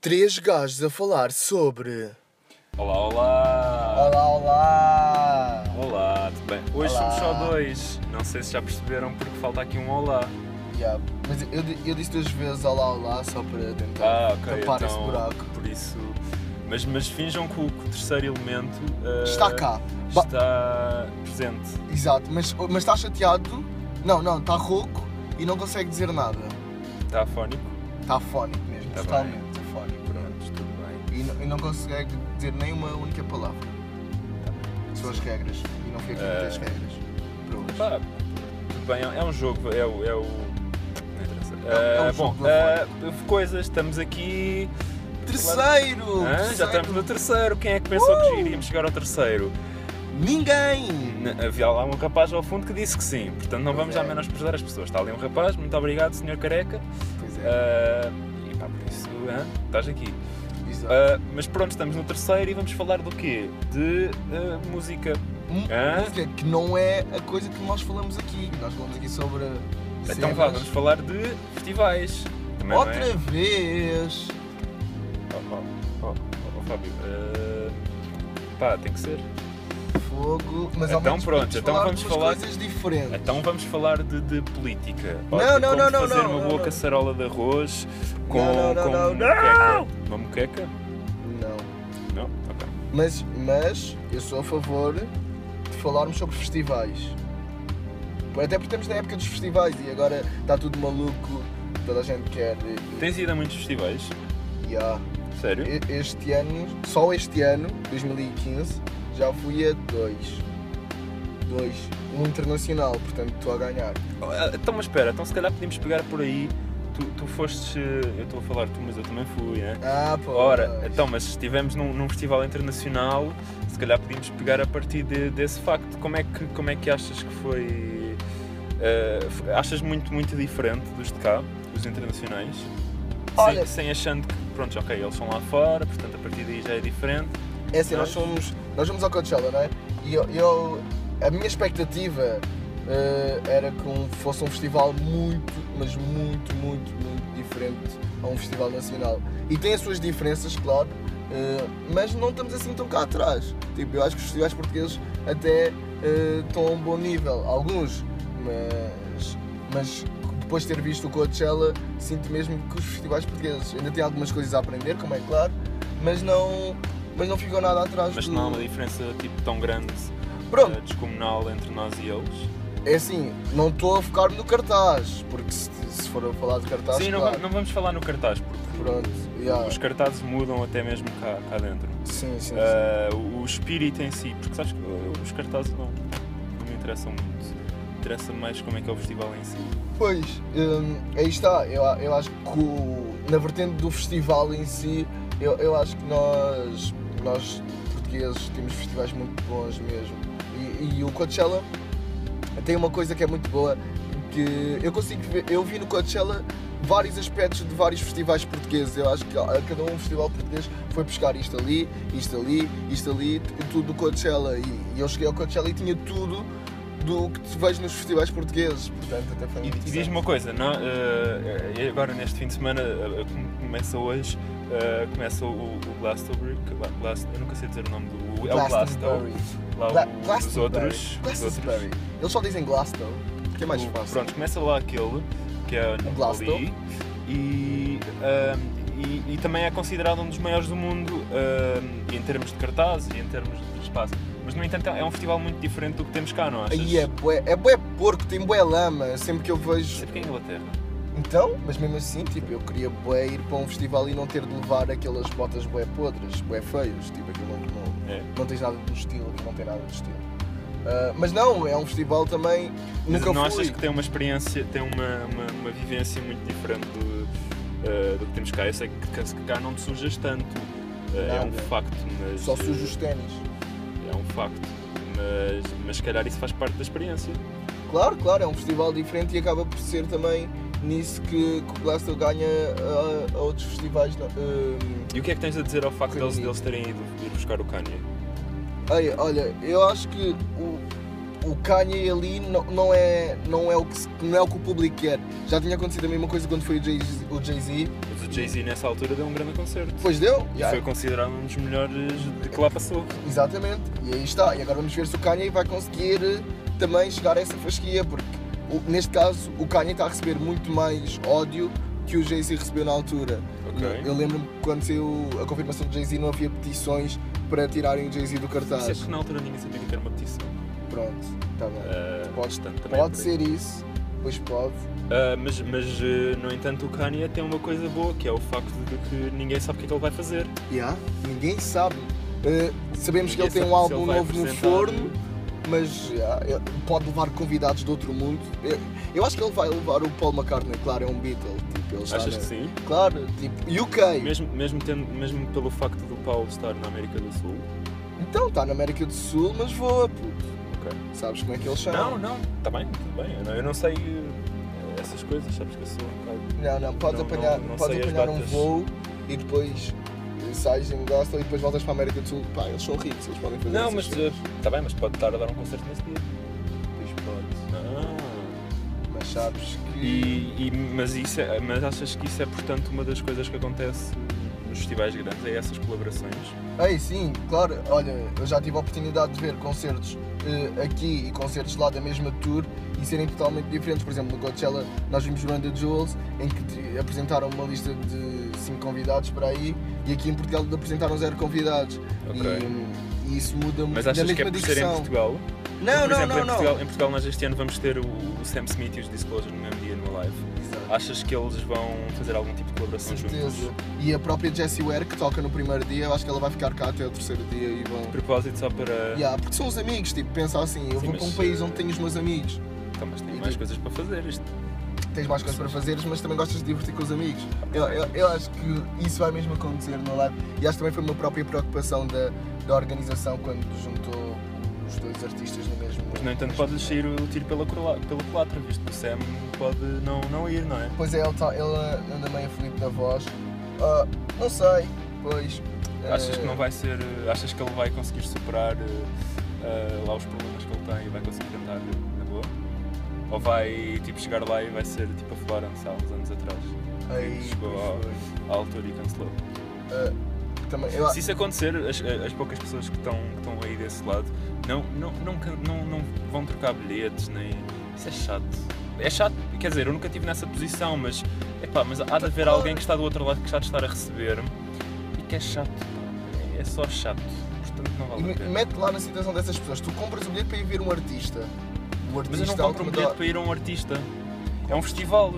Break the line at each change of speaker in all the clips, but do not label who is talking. Três gajos a falar sobre.
Olá, olá!
Olá, olá!
Olá, tudo bem? Hoje
Olá.
somos só dois. Não sei se já perceberam porque falta aqui um olá.
Yeah, mas eu, di- eu disse duas vezes olá, olá só para tentar
Ah, ok.
tapar
então,
esse buraco.
Por isso. Mas, mas finjam que o, que o terceiro elemento eh,
Está cá, Ba-
está presente.
exato, mas, mas está chateado? Não, não, está rouco e não consegue dizer nada.
Está afónico?
Está fónico mesmo,
Tá
totalmente fónico.
Pronto, tudo bem.
E, não- e não consegue dizer nenhuma única palavra.
Tá bem.
São as regras e não fica
Eh.
com as regras. Pronto.
Pá, tudo bem, é é um jogo, é o. É o... Não interessa.
É- é um
Eh, bom,
jogo do
eh, coisas, estamos aqui.
Terceiro!
Hã? já
terceiro.
estamos no terceiro. Quem é que pensou que
Uh!
iríamos chegar ao terceiro?
Ninguém!
N- Havia lá um rapaz ao fundo que disse que sim, portanto não
Pois
vamos
é.
já menosprezar as pessoas. Está ali um rapaz, muito obrigado, senhor careca.
Pois é,
Ah, e pá, por isso, hã? estás aqui.
exato.
Ah, mas pronto, estamos no terceiro e vamos falar do quê? De ah, música.
Mu-
Hã?
Música, que não é a coisa que nós falamos aqui. Nós falamos aqui sobre.
Então
cenas.
vá, vamos falar de festivais. Também
Outra
não é?
vez!
Oh, oh, oh, oh, Fábio, ah, pá, tem que ser.
Fogo. Mas ao
Então
menos
pronto,
podemos
então
falar
vamos
de umas
falar-
coisas diferentes.
Então vamos falar de, de política. Ou
Não,
de
não,
como
não, não,
fazer
não,
uma
não,
boa
não.
caçarola de arroz com,
Não, não, não,
com
não,
uma moqueca. Uma moqueca?
Não.
Não? Ok.
Mas, mas eu sou a favor de falarmos sobre festivais. Até porque estamos na época dos festivais e agora está tudo maluco, toda a gente quer. eh, e-
Tens ido a muitos festivais?
e há.
Sério?
E- Este ano, só este ano, 2015, já fui a dois. Dois. Um internacional, portanto estou a ganhar.
Ah, Então, mas espera, então se calhar podemos pegar por aí. Tu, tu foste. eh, Eu estou a falar tu, mas eu também fui, né?
Ah, pô.
Ora, então, mas estivemos num, num festival internacional, se calhar podíamos pegar a partir de- desse facto. Como é que, como é que achas que foi. eh, f- achas muito, muito diferente dos de cá, dos internacionais?
Olha-
Sem, sem achando que, pronto, ok, eles são lá fora, portanto a partir daí já é diferente.
É assim, nós fomos, nós fomos ao Coachella, não é? E eu, eu- a minha expectativa eh, era que um- fosse um festival muito, mas muito, muito, muito diferente a um festival nacional. E tem as suas diferenças, claro, eh, mas não estamos assim tão cá atrás. Tipo, eu acho que os festivais portugueses até eh, estão a um bom nível, alguns, mas, mas depois de ter visto o Coachella, sinto mesmo que os festivais portugueses ainda têm algumas coisas a aprender, como é claro, mas não, mas não ficam nada atrás
Mas
do...
não há uma diferença tipo tão grande,
Pronto,
eh, descomunal entre nós e eles.
é assim, não estou a focar-me no cartaz, porque se, se for a falar de cartaz,
Sim,
Tá
não,
claro.
vamos- não vamos falar no cartaz, porque
Pronto, yeah.
os cartazes mudam até mesmo cá, cá dentro.
sim, sim, sim.
Ah, o- o espírito em si, porque sabes que uh, os cartazes não, não me interessam muito. Interessa mais como é que é o festival em si.
Pois, hum, aí está. Eu, a- eu acho que o- na vertente do festival em si, eu, eu acho que nós, nós portugueses temos festivais muito bons mesmo. E, e o Coachella tem uma coisa que é muito boa, que eu consigo ver, eu vi no Coachella vários aspectos de vários festivais portugueses. Eu acho que a a cada um festival português foi buscar isto ali, isto ali, isto ali, t- tudo do Coachella. E, e eu cheguei ao Coachella e tinha tudo do que te vejo nos festivais portugueses. Portanto, até foi
E, e
muito
diz-me uma coisa, não, ah, e agora neste fim de semana, ah, come- começa hoje, ah, começa o, o Glastonbury, que lá- Glast- eu nunca sei dizer o nome do. É o
Glastonbury.
Glastonbury. Lá
Gla-
o, os
Glastonbury.
outros. os outros.
Glastonbury. Eles só dizem Glaston, que é mais
O-
fácil.
Pronto, começa lá aquele, que é
O
no
Glasgow.
ali, e, ahm, e, e também é considerado um dos maiores do mundo ahm, em termos de cartaz e em termos de espaço. Mas, no entanto, é um festival muito diferente do que temos cá, não achas?
Aí é bué, é bué porco, tem bué lama, sempre que eu vejo.
Sei porque é Inglaterra.
Então, mas mesmo assim, tipo, eu queria bué ir para um festival e não ter de levar aquelas botas bué podres, bué feios, tipo, aquilo não- não,
É.
não tens nada de estilo, não tem nada de estilo. Ah, mas não, é um festival também,
Mas
nunca
não
fui.
achas que tem uma experiência, tem uma, uma, uma vivência muito diferente do, ah, do que temos cá? Eu sei que, que- que cá não te sujas tanto, ah, é um
Nada.
facto, mas...
Só sujo
ah,
os ténis.
É um facto, mas, mas se calhar isso faz parte da experiência.
Claro, claro, é um festival diferente e acaba por ser também nisso que, que o Glasgow ganha a, a outros festivais. não- hum,
E o que é que tens a dizer ao facto deles,
Sim.
deles terem ido ir buscar o Kanye?
Olha, olha, eu acho que o, o Kanye ali não, não, é, não, é o que, se- não é o que o público quer. Já tinha acontecido a mesma coisa quando foi o Jay-Z. O Jay
Mas o Jay-Z nessa altura deu um grande concerto.
Depois deu?
E
Yeah,
Foi considerado um dos melhores de que lá passou.
Exatamente. E aí está. E agora vamos ver se o Kanye vai conseguir eh, também chegar a essa fasquia, porque o- neste caso o Kanye está a receber muito mais ódio que o Jay-Z recebeu na altura.
Ok.
Eu- Eu lembro-me que quando saiu a confirmação do Jay-Z não havia petições para tirarem o Jay-Z do
Disseste
cartaz.
é que na altura ninguém sabia o que era uma petição.
Pronto, está bem.
Ah,
Pode-
portanto, também é
Pode
por aí.
ser isso, pois pode.
Ah, mas, mas, ah, no entanto, o Kanye tem uma coisa boa, que é o facto de que ninguém sabe o que é que ele vai fazer.
Yeah. Ninguém sabe. Eh, sabemos que
Ninguém
ele tem
sabe
um
é se
álbum
vai
novo no
apresentar-
forno, mas yeah, ele pode levar convidados de outro mundo. Eu, eu acho que ele vai levar o Paul McCartney, claro, é um Beatle. Tipo, ele está
Achas
na-
que sim?
Claro, tipo, UK.
Mesmo, mesmo, tendo, mesmo pelo facto do Paulo estar na América do Sul.
Então, está na América do Sul, mas voa, puto.
Ok.
Sabes como é que ele chama?
Não, não, está bem, tudo bem. Eu não, eu não sei eh, essas coisas, sabes que eu sou um bocado.
Não, não, podes
Não,
apanhar,
não, não
podes
sei as
apanhar um
datas.
voo e depois eh, sais em Glasgow e depois voltas para a América do Sul. Pá, eles são ricos, eles podem fazer
Não,
essas
mas
coisas.
está bem, mas pode estar a dar um concerto nesse dia.
Pois pode.
Ah.
Mas sabes que.
E, e- mas, isso é- mas achas que isso é, portanto, uma das coisas que acontece nos festivais grandes? É essas colaborações?
Ei, sim, claro. Olha, eu já tive a oportunidade de ver concertos eh, aqui e concertos lá da mesma tour e serem totalmente diferentes. Por exemplo, no Coachella nós vimos Miranda Jules, em que te- apresentaram uma lista de 5 convidados para aí e aqui em Portugal apresentaram zero convidados.
Ok.
E, e isso muda muito
Mas
na
achas
mesma
que é por ser em
direção.
Portugal?
Não,
por
não,
exemplo,
não,
em
não.
Portugal, em Portugal nós este ano vamos ter o, o Sam Smith e os Disclosure no mesmo dia no live.
Exato.
Achas que eles vão fazer algum tipo de colaboração juntos?
Certeza. E a própria Jessie Ware, que toca no primeiro dia, eu acho que ela vai ficar cá até o terceiro dia e vão.
De propósito, só para.
Yeah, porque são os amigos, tipo, pensa assim, eu
Sim,
vou para um
mas,
país
eh,
onde tenho os meus amigos.
Então, mas tem
E
mais
digo-
coisas para fazer. Isto
tens mais coisas para fazeres, mas também gostas de divertir com os amigos. Eu, eu- eu acho que isso vai mesmo acontecer no live. E acho que também foi uma própria preocupação da, da organização quando juntou os dois artistas no mesmo.
Mas, no entanto, pode-lhes sair o tiro pela corla- pelo culatra, visto que o Sam pode não, não ir, não é?
Pois é, ele, tá- ele anda meio aflito na voz. Ah, não sei, pois. eh,
Achas que não vai ser. eh, Achas que ele vai conseguir superar eh, eh, lá os problemas que ele tem e vai conseguir cantar na boa? Ou vai tipo, chegar lá e vai ser tipo a Florence há uns anos atrás,
eh, Aí,
Chegou
pois
ao-
foi.
à altura e cancelou?
Também, eu,
Se isso acontecer, as, eh, as poucas pessoas que estão, que estão aí desse lado não, não, não, can- não, não vão trocar bilhetes, nem. Isso é chato. É chato, quer dizer, eu nunca estive nessa posição, mas. Epá, mas há de haver alguém que está do outro lado que já de estar a receber-me e que é chato. pá. É só chato. Portanto, não
e
vale a
me-
pena.
mete lá na situação dessas pessoas. Tu compras o bilhete para ir ver um artista. O artista
Mas eu não
ao
compro
que me
um bilhete
dá-
para ir a um artista. É um festival.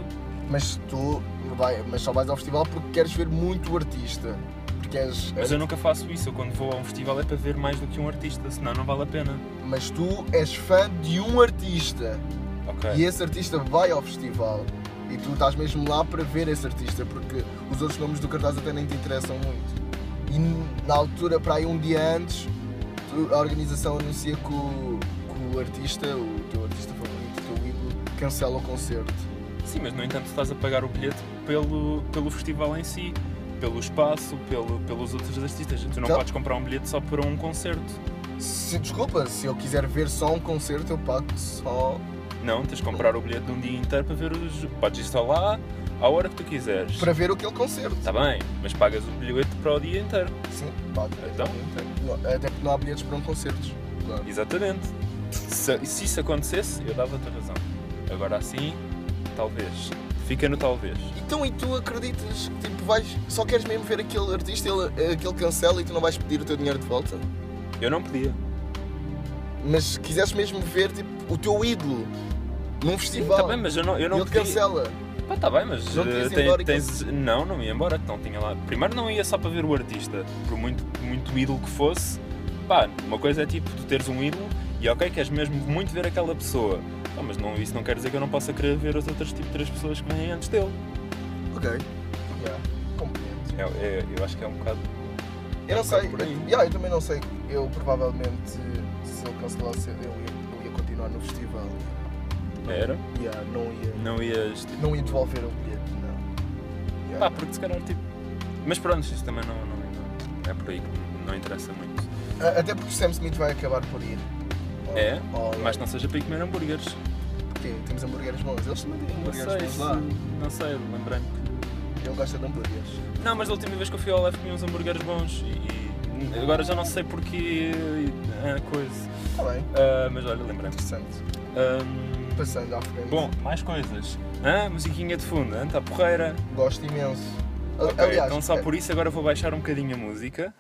Mas tu vai, mas só vais ao festival porque queres ver muito o artista. Porque és,
Mas eu nunca faço isso. Eu quando vou a um festival é para ver mais do que um artista, senão não vale a pena.
mas tu és fã de um artista
Ok.
e esse artista vai ao festival e tu estás mesmo lá para ver esse artista porque os outros nomes do cartaz até nem te interessam muito. E n- na altura, para aí um dia antes, tu- a organização anuncia que o, que o artista, o teu artista favorito, o teu ídolo, cancela o concerto.
Sim, mas no entanto estás a pagar o bilhete pelo, pelo festival em si, pelo espaço, pelo, pelos outros artistas. Tu não
Então-
podes comprar um bilhete só para um concerto.
Se, desculpa, se eu quiser ver só um concerto, eu pago só.
Não, tens de comprar o bilhete de um dia inteiro para ver os. Podes ir só lá à hora que tu quiseres.
para ver aquele concerto.
Está bem, mas pagas o bilhete para o dia inteiro.
Sim, pago.
Então?
Não, Até porque não há bilhetes para um concerto. Claro.
Exatamente. Se, se isso acontecesse, eu dava-te a razão. Agora assim, talvez. Fica no talvez.
Então e tu acreditas que tipo, vais, só queres mesmo ver aquele artista, ele, aquele cancela e tu não vais pedir o teu dinheiro de volta?
Eu não podia.
Mas se quiseres mesmo ver tipo, o teu ídolo num festival
Está tá bem, mas eu não, eu não
ele
podia.
cancela.
Pá, tá bem, mas
Não
eh,
te ias
tem-
embora e
tens- não, não ia embora, então tinha lá. Primeiro não ia só para ver o artista, por muito, muito ídolo que fosse. Pá, uma coisa é tipo, tu teres um ídolo e ok, queres mesmo muito ver aquela pessoa. Ah, mas não, isso não quer dizer que eu não possa querer ver as outras tipo três pessoas que vêm antes dele.
Ok. Yeah, compreendo.
É- é- eu acho que é um bocado.
Eu não
um bocado
sei,
por aí.
yeah, eu também não sei. Eu provavelmente, se ele cancelasse, eu ia, eu ia continuar no festival.
Era?
Yeah, não, ia,
Não ias. Tipo,
não ia devolver o bilhete, não.
pá,
Yeah,
porque se calhar tipo. Mas pronto, isso também não, não- não- é por aí que não interessa muito.
A- Até porque o Sam Smith vai acabar por ir.
É?
Oh,
Mas não seja para ir comer hambúrgueres.
porquê? Temos hambúrgueres bons. Eles também têm
Não
hambúrgueres
sei,
bons
se-
lá.
não sei, lembrei-me que...
Eu gosto de hambúrgueres.
Não, mas da última vez que eu fui ao Lef comi uns hambúrgueres bons e, e agora já não sei porquê a coisa.
Está Tá bem,
Ah, mas olha, lembrei-me.
interessante.
Ahm,
Passando à frente.
bom, mais coisas. Hã? Musiquinha de fundo, está porreira.
Gosto imenso. Ali-
Ok, então só
é-
por isso agora vou baixar um bocadinho a música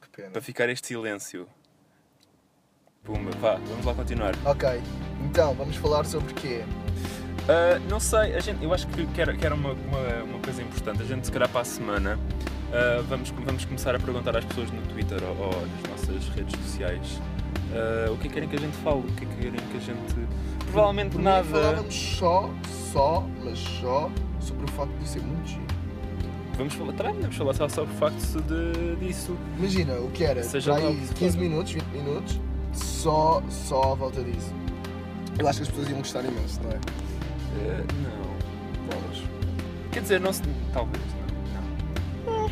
Que pena.
para ficar este silêncio. Pumba, vá, vamos lá continuar.
Ok, então vamos falar sobre quê?
Ah, não sei, a gente, eu acho que, que era, que era uma, uma, uma coisa importante. A gente, se calhar, para a semana, ah, vamos, vamos começar a perguntar às pessoas no Twitter ou, ou nas nossas redes sociais ah, o que é que querem que a gente fale, o que é que querem que a gente. Provavelmente
Por mim,
nada.
Falávamos só, só, mas só sobre o facto de ser muito giro.
Vamos falar, também podemos falar só sobre o facto de, disso.
Imagina, o que era?
Seja
para
lá o
aí
que se
15
for.
minutos, 20 minutos, só, só à volta disso. Eu acho que as pessoas iam gostar imenso, não é?
Ah, não.
Bolas.
Quer dizer, não se. Talvez não. não.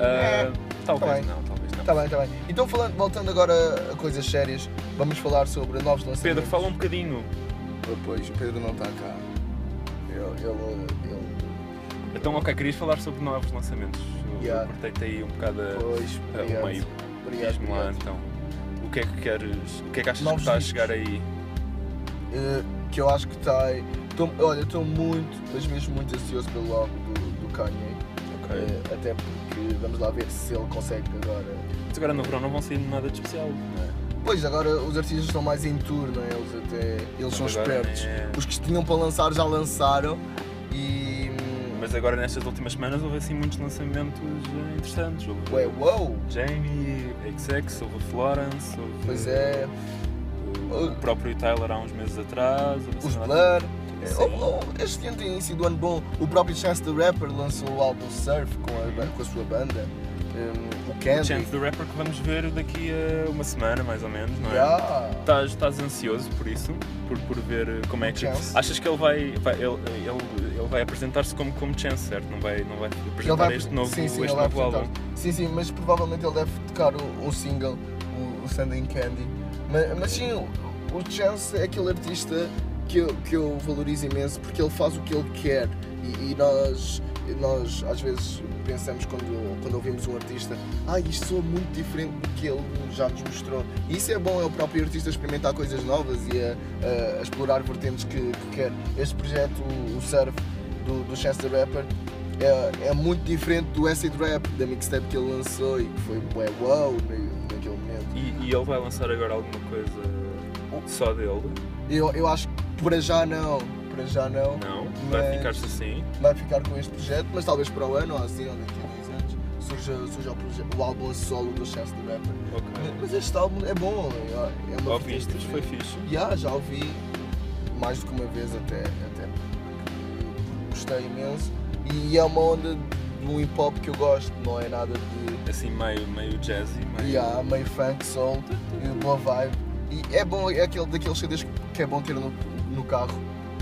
Ah,
Tá
talvez
bem.
não, talvez não.
Tá bem, tá bem. Então, falando, voltando agora a coisas sérias, vamos falar sobre novos lançamentos.
Pedro, fala um bocadinho.
Ah, Pois, o Pedro não está cá. Ele, ele, ele-
Então, ok, querias falar sobre novos lançamentos. Eu-
Yeah.
Eu cortei-te aí um bocado a,
Pois,
a
obrigado.
um meio.
obrigado,
Diz-me lá
obrigado.
então. O que é que queres? O que é que achas
Novos
que está a
discos.
chegar aí?
Uh, que eu acho que está. aí- Tô, olha, estou muito, mas mesmo muito ansioso pelo álbum do, do Kanye.
Ok.
Uh, até porque vamos lá ver se ele consegue agora.
Mas agora no verão não vão sair nada de especial. não é?
Pois, agora os artistas estão mais em tour, não é? Eles até. Eles são
Mas agora
espertos.
é-
Os que tinham para lançar já lançaram e. hum,
Mas agora nestas últimas semanas houve assim muitos lançamentos eh, interessantes. Houve
Ué, uou!
Jamie, XX, houve Florence, houve
Pois é,
o, o próprio Tyler há uns meses atrás. houve
os
assim,
Blur.
Sim.
Oh, oh, este ano tem sido um ano bom. O próprio Chance the Rapper lançou o álbum Surf com a,
Uhum.
com a sua banda. Hum, o
O
Kendrick.
Chance the Rapper que vamos ver daqui a uma semana, mais ou menos, não é?
Yeah.
Estás, estás ansioso por isso? Por, por ver eh, como é que.
Chance.
Achas que ele vai, vai- ele, ele, ele vai apresentar-se como, como Chance, certo? Não vai, não vai
Ele
apresentar
vai-
este novo,
sim, sim, ele
este
vai
novo álbum.
apresentar. Sim, sim, mas provavelmente ele deve tocar o, o single, o, o Sanding Candy. Mas, mas sim, o, o Chance é aquele artista que eu, que eu valorizo imenso porque ele faz o que ele quer e, e nós, nós às vezes pensamos quando, quando ouvimos um artista ah, isto soa muito diferente do que ele já nos mostrou. E isso é bom, é o próprio artista experimentar coisas novas e a, a- a explorar vertentes que, que quer. Este projeto, o, o Surf, do, do Chance the Rapper, é, é muito diferente do Acid Rap, da mixtape que ele lançou e que foi bué wow na- naquele momento.
E, e ele vai lançar agora alguma coisa só dele?
Eu, eu acho que para já não, para já não,
Não? Vai
Mas-
ficar-se assim?
vai ficar com este projeto, mas talvez para o ano ou assim, ou daqui a 10 anos, surja, surja o, proje- o álbum a solo do Chance the Rapper.
Ok.
Mas este álbum é bom, é, é uma
Ouviste?
vertente
Foi fixe.
Já, já ouvi mais do que uma vez até, até porque gostei imenso e é uma onda de um hip hop que eu gosto, não é nada de
Assim, meio, meio jazzy, meio.
yeah, meio funk, soul e boa vibe. E é bom, é aquele, daqueles CDs que é bom ter no, no carro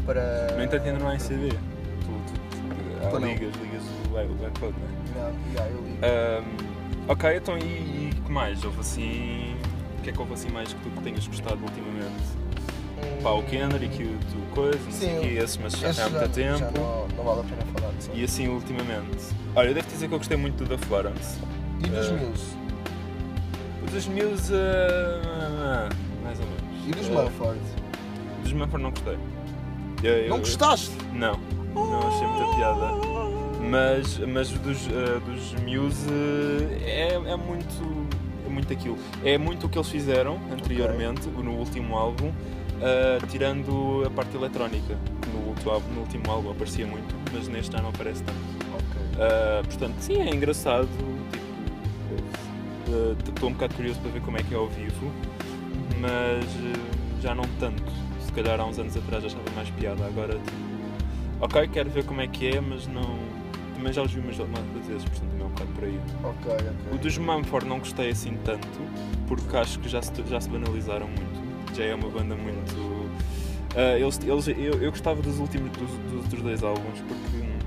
para.
No entanto, ainda não há em CD. Tu, tu, tu,
Pô, não.
ligas, ligas o o iPod, não é?
Não, yeah, eu ligo.
Ahm, ok, então e, e que mais? Houve assim. O que é que houve assim mais que tu que tenhas gostado ultimamente? Pá, o Kendrick e o do Coisa, não sei
Sim,
o quê, esse, mas já
Esse
há muito tempo.
Já não, não vale a pena falar disso.
E assim ultimamente. Olha, eu devo dizer que eu gostei muito do da Florence.
E dos
eh,
Mills?
O dos Mills. ah, mais ou menos.
E dos
Ah,
Manford?
Dos Mumford não gostei. Eu- eu-
Não gostaste?
Não, não achei muita piada. Mas, mas dos, eh, dos Muse eh, é, é muito. É muito aquilo. É muito o que eles fizeram anteriormente, no último álbum, eh, tirando a parte eletrónica. que No último, álbum- no último álbum aparecia muito, mas neste já não aparece tanto.
Ok.
Eh, portanto, sim, é engraçado. Tipo, estou um bocado curioso para ver como é que é ao vivo, mas eh, já não tanto. Se calhar há uns anos atrás já estava mais piada. Agora, tipo, ok, quero ver como é que é, mas não. Também já os vi umas outras vezes, portanto, também é um bocado por aí.
Ok,
O
ok.
dos Mumford não gostei assim tanto, porque acho que já se, já se banalizaram muito. Já é uma banda muito. Ah, eles, eles, eu, eu gostava dos últimos dos, dos outros dois álbuns porque hum,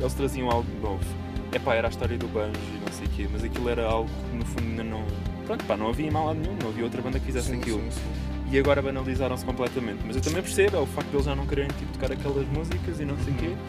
eles traziam algo novo. epá, era a história do banjo e não sei o quê, mas aquilo era algo que no fundo ainda não. Pronto, pá, não havia mal nenhum, não havia outra banda que fizesse
Sim,
aquilo.
sim, sim.
E agora banalizaram-se completamente. Mas eu também percebo, é o facto de eles já não quererem tipo, tocar aquelas músicas e não sei o quê.
Uhum.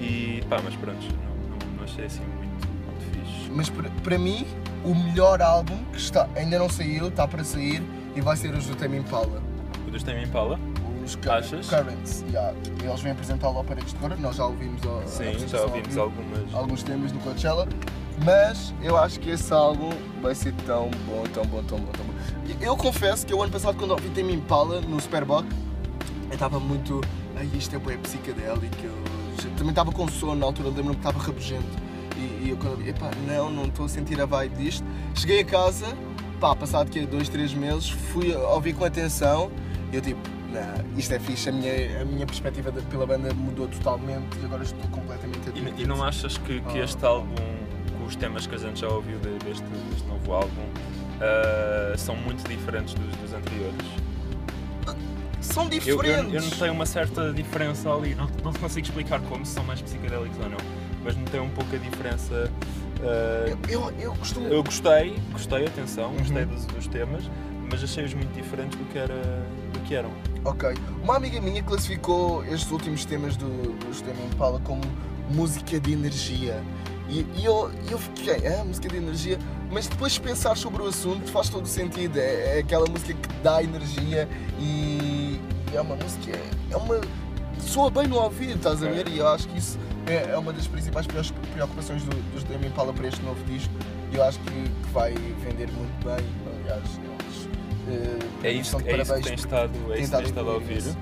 E pá, mas pronto, não, não, não achei assim muito, muito fixe.
Mas para- para mim, o melhor álbum que está, ainda não saiu, está para sair e vai ser os do Tame Impala.
O dos Tame Impala?
Os
Achas?
Currents, yeah. Eles vêm apresentá-lo ao Paredes de Cora, nós já ouvimos a, a
Sim, já
apresentação ao
ouvimos
vivo.
algumas.
alguns temas no Coachella, mas eu acho que esse álbum vai ser tão bom, tão bom, tão bom, tão bom. E Eu confesso que o ano passado quando ouvi Tame Impala no Superbock, eu estava muito, ai isto é bem psicadélico, eu também estava com sono na altura, lembro-me que estava rabugento. E, e eu quando ouvi, epá, não, não estou a sentir a vibe disto. Cheguei a casa, pá, passado que dois, três meses, fui a- ouvir com atenção e eu tipo, não, isto é fixe, a minha, a minha perspectiva da- pela banda mudou totalmente e agora estou completamente
E,
adicto.
e não achas que, que
Ah.
este álbum, com os temas que a gente já ouviu de- deste, deste novo álbum, ah, são muito diferentes dos, dos anteriores?
São
Eu,
diferentes.
eu, eu notei uma certa diferença ali, não, não te consigo explicar como, se são mais psicodélicos ou não, mas notei um pouco a diferença. ah,
Eu, eu costumo.
eu gostei, gostei, atenção, gostei
Uhum.
dos, dos temas, mas achei-os muito diferentes do que, era, do que eram.
Ok. Uma amiga minha classificou estes últimos temas do, dos Tame Impala como música de energia. E, e eu, eu fiquei, ah, música de energia. Mas depois de pensar sobre o assunto faz todo o sentido. É, é aquela música que dá energia e é uma música. É uma. Soa bem no ouvido, estás a
Ok.
ver? E eu acho que isso é, é uma das principais preocup- preocupações do, dos Tame Impala para este novo disco. E eu acho que, que vai vender muito bem. Aliás, eles. eh,
É isso,
são de
é isso que
parabéns
tem estado, é isso
tentado
que tem estado a
incluir
ouvir.
isso.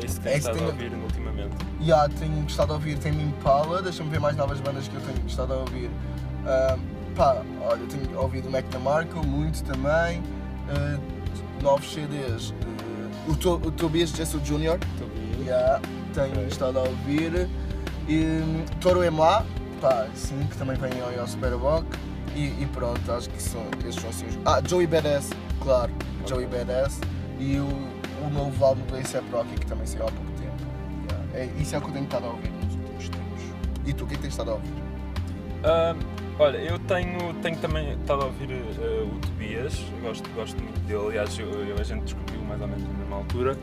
É isso que
É
tem
isso
estado
tem-
a ouvir ultimamente.
Ya, tenho gostado de ouvir, tenho Impala, deixa-me ver mais novas bandas que eu tenho gostado de ouvir. Ahm, pá, olha, tenho ouvido Mac DeMarco muito também, ah, novos CDs. ah, o, To- o Tobias Jesso Jr., ya, tenho
Ok.
gostado de ouvir. E, Toro Emlá, pá, sim, que também vem ao, ao Superbock. E, e pronto, acho que são, estes são assim os. Ah, Joey Badass, claro, Joey Badass. E o, o novo álbum do ASAP Rocky, que também saiu há pouco tempo. Yeah. É, isso é o que eu tenho estado a ouvir nos últimos tempos. E tu, o que é que tens estado a ouvir?
Ah, olha, eu tenho, tenho também estado a ouvir eh, o Tobias, gosto, gosto muito dele, aliás eu, eu- a gente descobriu mais ou menos na mesma altura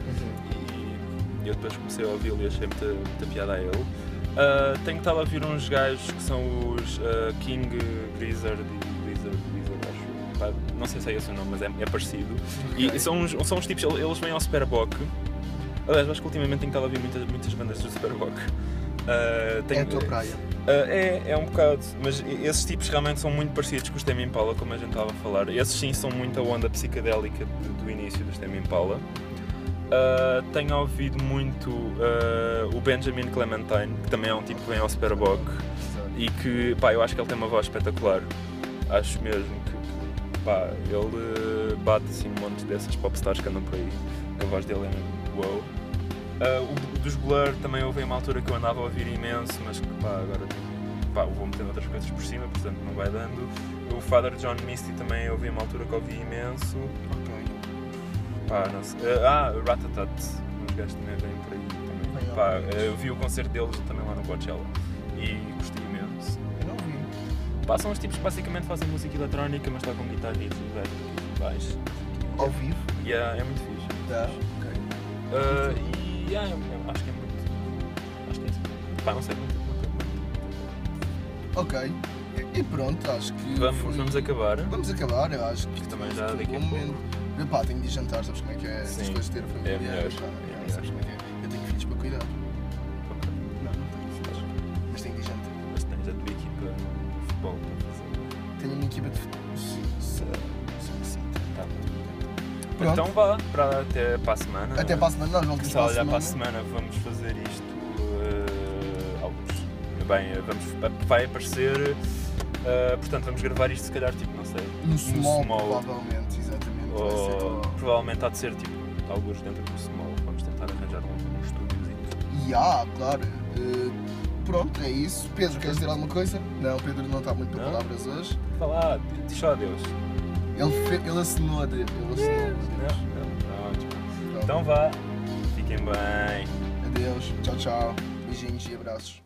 e eu depois comecei a ouvi-lo e achei muita, muita piada a ele. Ah, tenho estado a ouvir uns gajos que são os ah, King Grizzard e Lizard, Lizard acho. Pá, Não sei se é esse o nome, mas é, é parecido. E são uns, são uns tipos, eles vêm ao Superbock. Aliás, acho que ultimamente tenho estado a ouvir muitas, muitas bandas do Superbock. Ah,
É
tenho-
a tua praia.
ah, é, é um bocado, mas esses tipos realmente são muito parecidos com os Tame Impala, como a gente estava a falar. Esses sim são muito a onda psicadélica de- do início dos Tame Impala. Ah, tenho ouvido muito ah, o Benjamin Clementine, que também é um tipo que vem ao Superbock e que, pá, eu acho que ele tem uma voz espetacular. Acho mesmo que, que, pá, ele eh, bate assim um monte dessas popstars que andam por aí. A voz dele é mesmo wow. Ah, o do- dos Blur também houve uma altura que eu andava a ouvir imenso, mas que pá, agora pá, vou metendo outras coisas por cima, portanto não vai dando. O Father John Misty também houve uma altura que eu ouvi imenso.
Ok.
Pá, não sei. Ah, ah, Ratatat, uns gajos também vêm por aí também.
Bem,
Pá,
ok.
eu vi o concerto deles também lá no Coachella e gostei imenso.
Eu não
É.
vi.
Pá, são os tipos que basicamente fazem música eletrónica, mas tocam guitarra e tudo bem. Baixo.
Ao vivo?
E é- é muito fixe.
Tá. Ok.
Ah, e yeah, eu acho que é muito. Acho que é isso. Pá, não sei muito. muito, muito.
Ok. E- E pronto, acho que. foi-
Vamos, vamos acabar.
Vamos acabar, eu acho que
Também já
foi um
daqui a
bom momento. Epá, tenho de ir jantar, sabes como é que é? Estas
Sim.
coisas de ter família.
É melhor,
epá, é,
é melhor.
sabes como é que é? Eu tenho filhos para cuidar.
pouco.
Não, não tenho filhos. Mas tenho de ir jantar.
Mas tens a tua equipa no futebol para fazer.
Tenho uma equipa de futebol. Sim, sim, sim, sim.
Tá.
Pronto.
Então vá para, até para a semana.
Até para a semana, nós não é?
Que
temos
se
para a
olhar para a
semana.
semana vamos fazer isto eh, alguns. Bem, eh, vamos, vai aparecer. eh, portanto, vamos gravar isto se calhar tipo, não sei.
No small,
small. Oh.
provavelmente, exatamente. Vai ser
Ou,
lá.
provavelmente há de ser tipo alguns dentro do small. Vamos tentar arranjar um, um estúdiozinho.
E há, claro. eh, pronto, é isso. Pedro, queres dizer alguma coisa? Não, Pedro não está muito para
Não?
palavras hoje.
Vá lá, di- diz só adeus.
Ele, fe- ele assinou a Deus. Ele assinou a Deus.
Não? Não, ótimo.
Pronto.
Então vá, fiquem bem.
Adeus, tchau, tchau. Beijinhos e abraços.